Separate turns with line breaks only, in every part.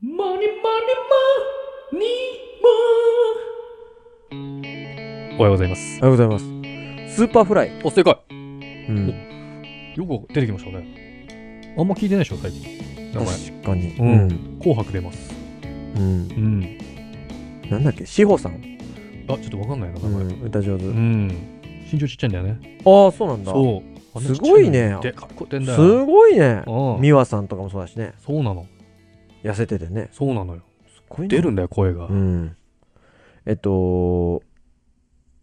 マニマニマニマおはようございます。
おはようございます。スーパーフライ。
お、正解。
うん。
よく出てきましたね。あんま聞いてないでしょ、最近。名前。
確かに。
うん。紅白出ます。
う
う
ん。
ん。
なんだっけ、志保さん。
あ、ちょっとわかんないな、
う
名前。
ん、歌上手。
う
あ
ん。身長ちっちゃいんだよね。
あ、そうなんだ。
そう。
すごいね
でかいこってんだよ。
すごいね。
うん
美和さんとかもそうだしね。
そうなの。
痩せててね。
そうなのよ。
すごいね
出るんだよ、声が
う。ん。えっと、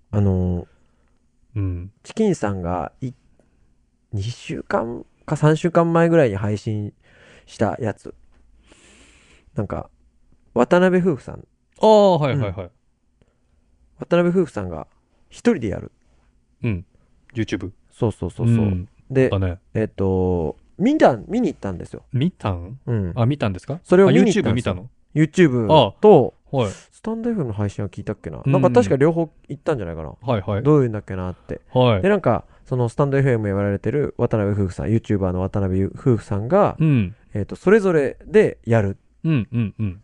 あの、
うん。
チキンさんがい2週間か3週間前ぐらいに配信したやつ。なんか、渡辺夫婦さん。
ああ、はいはいはい。
渡辺夫婦さんが一人でやる。
うん。YouTube。
そうそうそうそう。
ん
で、
だね。
えっと、見た、見に行ったんですよ。
見たん
うん。
あ、見たんですか
それを
あ
見に行った
YouTube
んで
見
す
た
よ
の
YouTube
あ
と、
はい。
スタンド F の配信は聞いたっけな。
うん
なんか確か両方行ったんじゃないかな。
はいはい。
どういうんだっけなって。
はい
で、。なんか、そのスタンド FM やられてる渡辺夫婦さん、YouTuber の渡辺夫婦さんが、
うん。
えっと、それぞれでやる。
うんうんうん。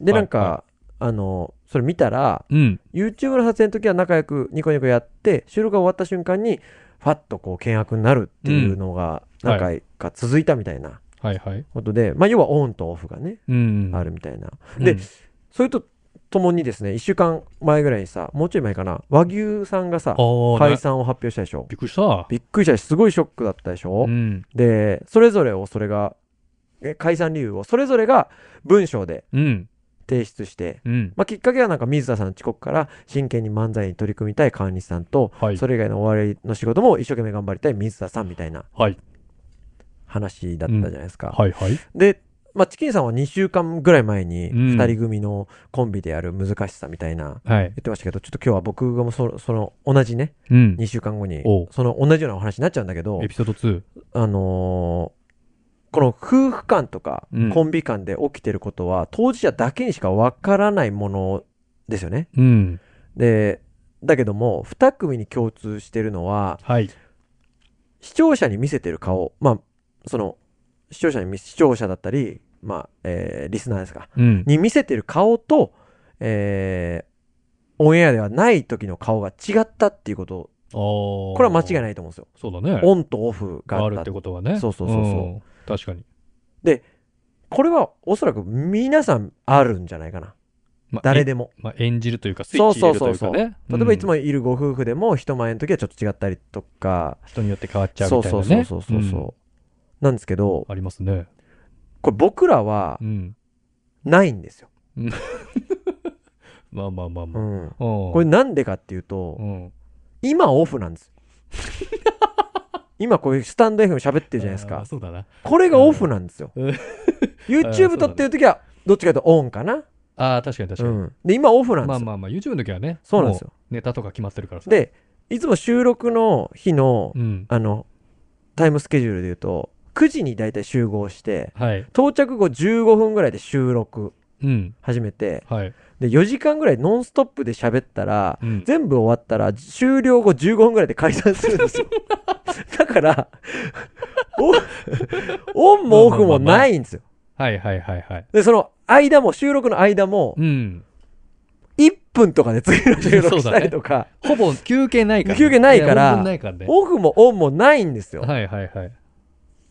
で、
はい
なんか、あの、それ見たら、
うん。
YouTube の撮影の時は仲良くニコニコやって、収録が終わった瞬間に、ファッとこう、険悪になるっていうのが、
うんはい
何回か続いたみたいな
はいはい。
ことで、まあ、要はオンとオフがね、
うん。
あるみたいな。
うん。
でそれとともにですね、1週間前ぐらいにさ、もうちょい前かな、和牛さんがさ
あ、あ、
解
ね
散を発表したでしょ。
びっくりした。
びっくりしたし、すごいショックだったでしょ。
うん。
で、それぞれをそれが、え解散理由をそれぞれが文章で
うん。
提出して、
うん。
まあ、きっかけはなんか水田さん遅刻から真剣に漫才に取り組みたい川西さんと、
はい
そ。れ以外の終わりの仕事も一生懸命頑張りたい水田さんみたいな
はい。
話だったじゃないですか。
はいはい。
で、まあ、チキンさんは2週間ぐらい前に
うん
2人組のコンビでやる難しさみたいな
はい。
言ってましたけど、ちょっと今日は僕がもうそその同じね、
うん。
2週間後に
おう、
その同じようなお話になっちゃうんだけど
エ、ピソード2。
あのーこの夫婦間とか
うん
コンビ間で起きてることは、当事者だけにしかわからないものですよね。
うん。
で、だけども、2組に共通してるのは、
はい。
視聴者に見せてる顔、まあ、その、視聴者に見、視聴者だったり、まあ、えーリスナーですか、
うん。
に見せてる顔と、えーオンエアではない時の顔が違ったっていうこと、
ああ。こ
これは間違い
い。
ないと思うんですよ。
そうだね。
オンとオフが
があ
あっ
る
た
っ。てことはね。。
そうそうそうそうん
確かに。
これはおそらく皆さんあるんじゃないかな。
まあ
誰
え
でも。
まあ演じるというか、スイッチ入れるというか
そう
ね。
例えばいつ
うん
もいるご夫婦でも人前の時はちょっと違ったりとか、
人によって変わっちゃう
そ
み
う
たい
そ
な
う
ね。
そうそうそうそう、
ん
なんですけど、
ありますね。
これ僕らは
うん。
ないんですよ。
まあまあまあま
う
あ。
ん。
こ
これなんでかっていう
う
と、
ん。
今オフな んですよ。今こういうスタンド FM 喋ってるじゃないです
あー
か。
そうだな。
これがオフなんですよ。
うん
YouTube 撮ってる時は、どっちかというとオンかな。
ああ、確かに確
う
かに。
んで、今オフなんで
ますあ
よ。
まあまあ、YouTube の時はね、
そうなんですよ
も。うネタとか決まってるからさ。
で、いつも収録の日の、
うん。
あの、タイムスケジュールで言うと、9時に大体集合して、
はい。
到着後15分ぐらいで収録
うん。
始めて、
はい。
で、4時間ぐらいノンストップで喋ったら、
うん
全部終わったら、終了後15分ぐらいで解散するんで すよ。だから、オンオンもオフもないんですよ。
はいはいはいはい。
で、その間も、収録の間も
う、ん。
1分とかで次の収録したりとか、
ほぼ休憩ないからね。
休憩ないから
や本当にないからね。
オフもオンもないんですよ。
はいはいはい。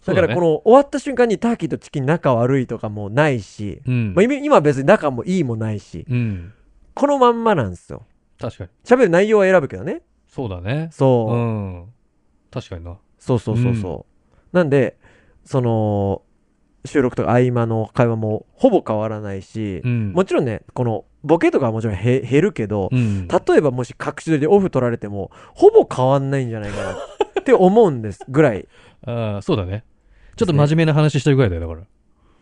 そ
だ
う
か
ね
らこ、の終わった瞬間にターキーとチキン仲悪いとかもないし、
うん
まあ、。今今別に仲もいいもないし、
うん。
このまんまなんですよ。
確かに。
喋る内容は選ぶけどね。
そうだね。
そう。
うん。確かにな。
そうそうそうそう。なんで、その、収録とか合間の会話もほぼ変わらないし、
うん。
もちろんね、このボケとかはもちろんへ減るけど、
うん。
例えばもし隠し撮りでオフ取られても、ほぼ変わんないんじゃな いかなって思うんですぐらい。
ああ、そうだね。ちょっと真面目な話してるぐらいだよ、だから。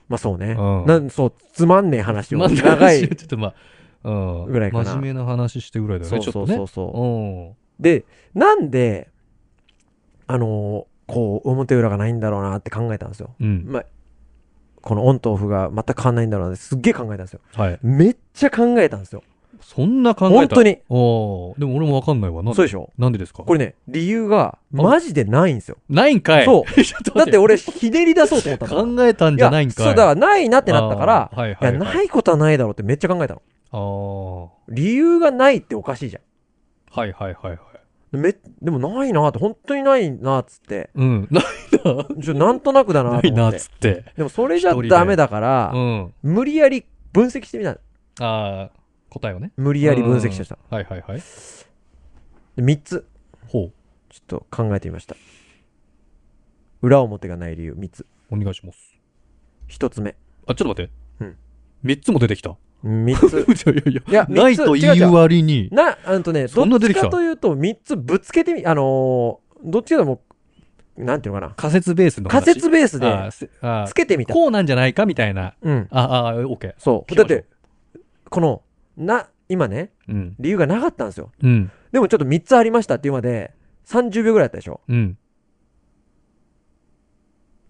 まあそうね。
うん
なんそう、つまんねえ話
ま
を。
あ
長い
話。ちょっとまあ、うん。
ぐらいかな
真面目な話してぐらいだよ
そ
ね、
う
ちょっと
そう
ね。
そうそう。
うん。
で、なんで、あのーこう、表裏がないんだろうなって考えたんですよ。
うん。
まあ、このオンとオフが全く変わんないんだろうなってすっげえ考えたんですよ。
はい。
めっちゃ考えたんですよ。
そんな考えた
本当に。
おーでも俺もわかんないわ。なんで
そうでしょ
なんでですか
これね、理由が、マジでないんですよ。
ないんかい。
そう
ちょと
だ
待
って、俺、ひねり出そうと思ったんだから。
考えたんじゃないんかい。
やそう、だからないなってなったから
あ、ーはい
い
は
や、
い、はい。
ないことはないだろうってめっちゃ考えたの。
ああ。は
理由がないっておかしいじゃ
いはいはいはい。
ん。め、でもないなって、本当にないなっつって、
うん。 ないな。
ちょなんとなくだな
な
と
い
思
な、
って。
つって。
でもそれじゃ
一人で
ダメだから、
うん。
無理やり分析してみた。
ああ、答えをね。
無理やり分析してした。
うん。はいはいはい。
で3つ、
ほう。
ちょっと考えてみました。裏表がない理由3つ。
お願いします。
1つ目。
あ、ちょっと待って。
うん。
3つも出てきた。
3 つ。
いやいやいや。
いや、
な
三
い
つ
と
違う違
いうう割に。
な、あのとね、
そん
ど
な
っ
出て
ち
きた
かというと、3つぶつけてみ、あのーどっちかというと、なんていうのかな。
仮説ベースの
仮
話。
説ベース
あ
で
ーせあ
つけてみ
ー
た。
こうなんじゃないかみたいな。
うん。
ああー、オッケー。
そう。だ
聞きましょう
って、この、な、今ね、
うん。
理由がなかったんですよ。
うん。
でもちょっと3つありましたっていうまで、30秒ぐらいだったでしょ。
うん。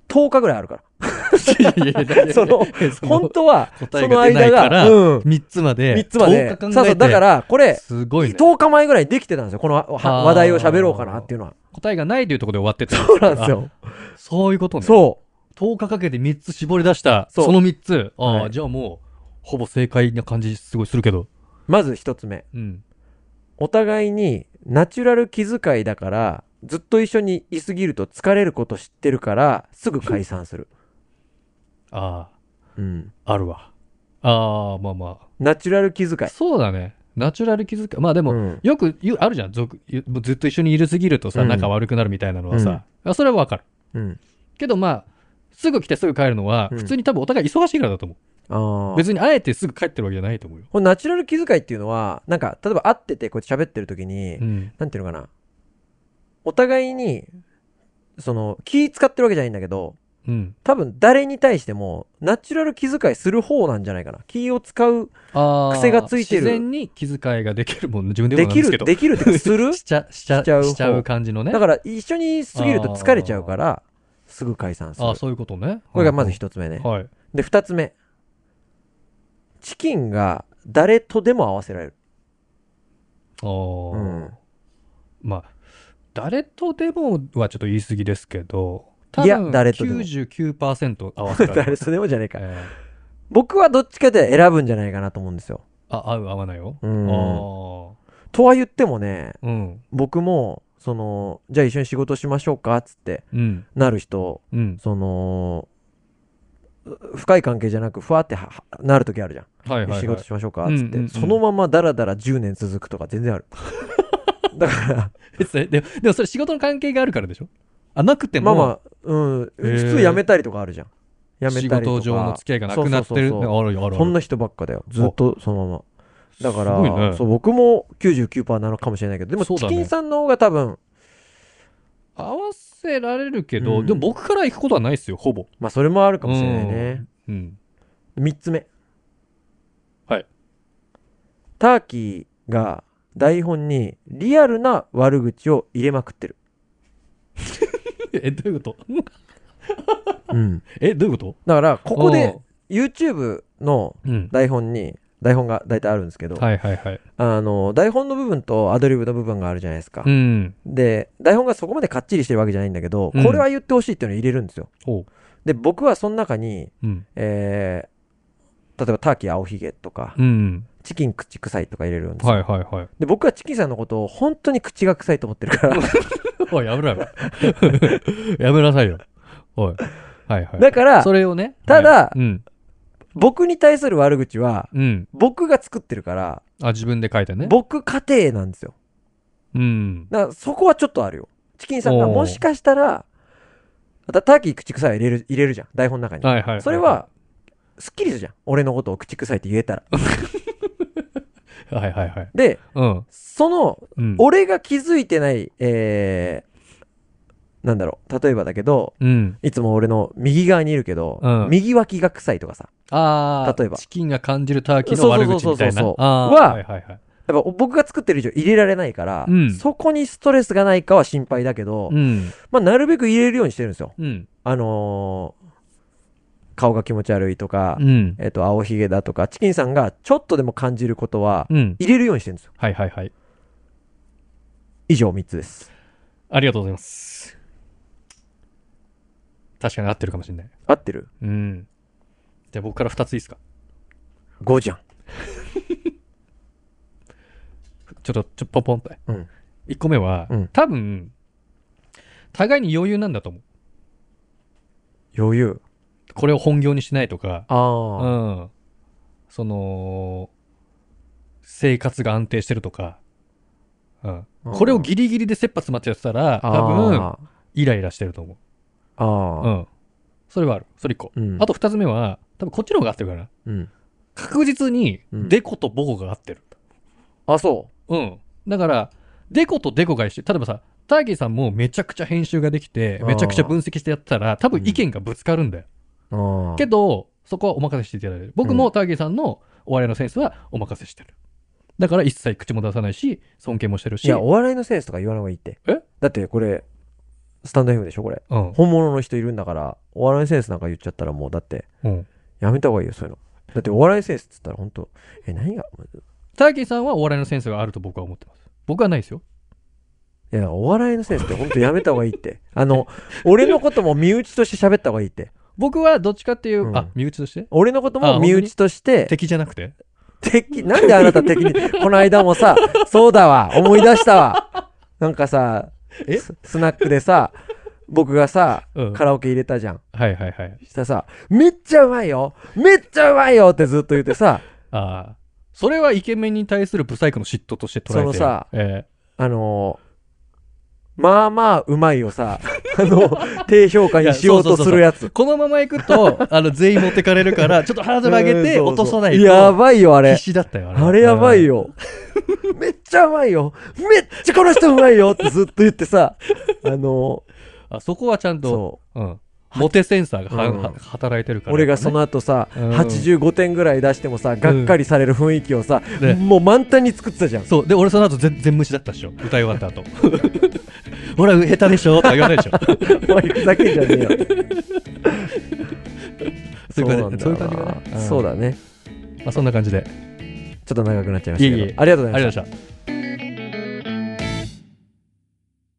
10日ぐらいあるから。
いやいやいやいやいや
その、
そ
本当は、
答
そ
え
の
が出な
間
いか
が、
ら、
うん。
3つまで、
3つまで。
10日考えて
そうそう、だから、これ、
すごいね。
10日前ぐらいにできてたんですよ。このは
あー
話題を喋ろうかなっていうのは。
答えがないというところで終わってた。
そうなんですよ。
あ。そういうことね。
そ
10日かけて3つ絞り出した、
そう
その3つ。ああ、
はい
じゃあもう、ほぼ正解な感じすごいするけど。
う。まず1つ目。
うん。
お互いにナチュラル気遣いだから、ずっと一緒にいすぎると疲れること知ってるから、すぐ解散する。
あ
うん。
あ、あるわ。ああ、まあま
ナチュラル気遣
あ。
い。
そうだね。ナチュラル気遣い。まあでも、
うん
よく言う、あるじゃん。ずもうずっと一緒にいるすぎるとさ、
うん
仲悪くなるみたいなのはさ、あそれはわかる。
うん。
けどまあ、すぐ来てすぐ帰るのは、
うん
普通に多分お互い忙しいからだと思う。
ああ。
別にあえてすぐ帰ってるわけじゃないと思うよ。
このナチュラル気遣いっていうのは、なんか、例えば会ってて、こうやって喋ってる時に、
うん。
なんていうのかな。お互いに、その、気使ってるわけじゃないんだけど、
うん。
多分誰に対しても、ナチュラル気遣いする方なんじゃないかな。気を使う、
あー
癖がついてる
自然に気遣いができるもん、自分で言
で
うのなんです
き
け
る、
ど。
できるっていうか、す る
しちゃ、しちゃ、
しちゃう方
しちゃう感じのね。
だから、一緒にいすぎると疲れちゃうから、すぐ解散する
ああ、。そういうことね。
これがまず一つ目ね。
はい。
で、二つ目。チキンが誰とでも合わせられる。
ああ、
うん
まあ、誰とでもはちょっと言い過ぎですけど、
いや誰とでも
99%合わせられ
誰
る。
とでもじゃねえか。
え
僕はどっちかで選ぶんじゃないかなと思うんですよ。
ーあ、合う合わないよ。
うん
あ
とは言ってもね、
あ、うん、
僕も、その、じゃあ一緒に仕事しましょうかっつって
うん、
なる人、
うん。
その、う深い関係じゃなく、ふわってははなる時あるじゃん。
はいはい、はい。
仕事しましょうかっつって、
うんうんうん
そのままダラダラ10年続くとか全然ある。 だから、
別にでも、でもそれ仕事の関係があるからでしょあ、なくて
ま
も、
あまあ、うん、
ー
普通辞めたりとかあるじゃん。辞め
仕
たりとか。
事上の付き合いがなくなってる。
そうそうそう
あるよあるある
そんな人ばっかだよ。ずっとそのまま。だか
すごいね
ら、そう僕も99%なのかもしれないけど、でも
そう
チ
だね
キンさんの方が多分、
合わせられるけど、
うん
でも僕から行くことはないですよ、ほぼ。
まあそれもあるかもしれないね。
うん。
3つ目。
はい。
ターキーが台本にリアルな悪口を入れまくってる。
え、どういうこと
うん。
え、どういうこと
だから、ここで YouTube の
うん。
台本に、台本が大体あるんですけど、
はいはいはい。
あの、台本の部分とアドリブの部分があるじゃないですか
う。ん。
で、台本がそこまでかっちりしてるわけじゃないんだけど、
うん
これは言ってほしいっていうのを入れるんですよ。
おう。
で、僕はその中に、
うん。
えー例えばターキー青ひげとか、
うん。
チキン口臭いとか入れるんですよ、
はいはい はい。
で、僕はチキンさんのことを本当に口が臭いと思ってるから、
おい、やめ ろよ。やめなさいよ。おい。はいはい。
だから
そ、れをね。
ただ
はいうん。
僕に対する悪口は、
うん。
僕が作ってるから、
あ、自分で書いてね。
僕家庭なんですよ。
うん。
だからそこはちょっとあるよ。チキンさんが
おー
もしかしたら、たターキー口臭いを入れる、入れるじゃん、台本の中に。
はいはいい。
それは、すっきりするじゃん。俺のことを口臭いって言えたら。
はいはいはい。
で、
うん。
その、
うん。
俺が気づいてない、えー、なんだろう、例えばだけど、
うん。
いつも俺の右側にいるけど、
うん
右脇が臭いとかさ、
ああ。
例えば
チキンが感じるターキーの悪口みたい
そうそうそうそう
な
そう。
あー
は
はいはいはい。
やっぱ僕が作ってる以上入れられないから、
うん
そこにストレスがないかは心配だけど、
うん。
まあなるべく入れるようにしてるんですよ。
うん。
あのー顔が気持ち悪いとか、
うん。
えっと、青ひげだとか、チキンさんがちょっとでも感じることは、
うん。
入れるようにしてるんですよ。
はいはいはい。
以上3つです。
ありがとうございます。確かに合ってるかもしれない。
合ってる
うん。じゃあ僕から2ついいですか
?5 じゃん。
ちょっと、ちょ、ポンポンって。
うん
1個目は、
うん
多分、互いに余裕なんだと思う。
余裕。
これを本業にしないとか、
あ
う
あ、
ん。その、生活が安定してるとか、うん。これをギリギリで切羽詰まっちゃってたら、多分、
あ
イライラしてると思
あ
う。う
ああ、
ん。それはある。それ1個。
うん
あと2つ目は、多分こっちの方が合ってるから。
うん。
確実に、
うん
デコとボコが合ってる。
あ、そ
うん。だから、デコとデコが一緒。例えばさ、ターゲーさんもめちゃくちゃ編集ができて、
あー
めちゃくちゃ分析してやってたら、多分意見がぶつかるんだよ。
う。ああ。
けど、そこはお任せしていただいてる。僕もターゲーさんのお笑いのセンスはお任せしてる。だから一切口も出さないし、尊敬もしてるし。
いや、お笑いのセンスとか言わない方がいいって。
え
だってこれ、スタンド FM でしょ、これ。
うん。
本物の人いるんだから、お笑いセンスなんか言っちゃったらもう、だって、
うん。
やめた方がいいよ、そういうの。だってお笑いセンスっつったら本当え、何が、
ターゲーさんはお笑いのセンスがあると僕は思ってます。僕はないですよ。
いや、お笑いのセンスって本当やめた方がいいって。 あの、俺のことも身内として喋った方がいいって。
僕はどっちかっていう、
うん
あ、身内として
俺のこと
あ
も
本当に
身内として、
敵じゃなくて
敵、なんであなた敵に、この間もさ、そうだわ、思い出したわ。なんかさ、
え
ススナックでさ、僕がさ、
うん。
カラオケ入れたじゃん。
はいはいはい。
したらさ、めっちゃうまいよめっちゃうまいよってずっと言ってさ、
ああ。それはイケメンに対するブサイクの嫉妬として捉えて
そのさ
え
あのーまあまあうまい をさ、あの、低評価にしようとするや
え
つ。
このまま行くと、 あの、全員持ってかれるから、ちょっとハードル上げて
うん
落とさない
そうそうや
と、
ばいよ、あれ
必。死だったよ、
あれやばい。よ。めっちゃうまいよ。めっちゃこの人うまいよってずっと言ってさ、あの
うんあそこはちゃん
ー
と、
そう。
うん。モテセンサーがは、
うん
は働いてるから、
俺がその後さ、
うん
85点ぐらい出してもさ、がっかりされる雰囲気をさ、
ね
もう満タンに作ってたじゃん。
そう。で、俺その後全全無視だったでしょ。歌い終わった 後。ほら、下手でしょとか言わないでしょ。
お前ふざけんじゃ ねえよ。
そういう
な
感
ん
じそ
だ
ういう感じ
よな
かな。。
そうんだね。
まあ、そんな感じで。あり
ちょっと長くなっちゃいましたけど。
いえいえ
ありがとうござい
がとうござ
ま
い
し
ま
た
し。た。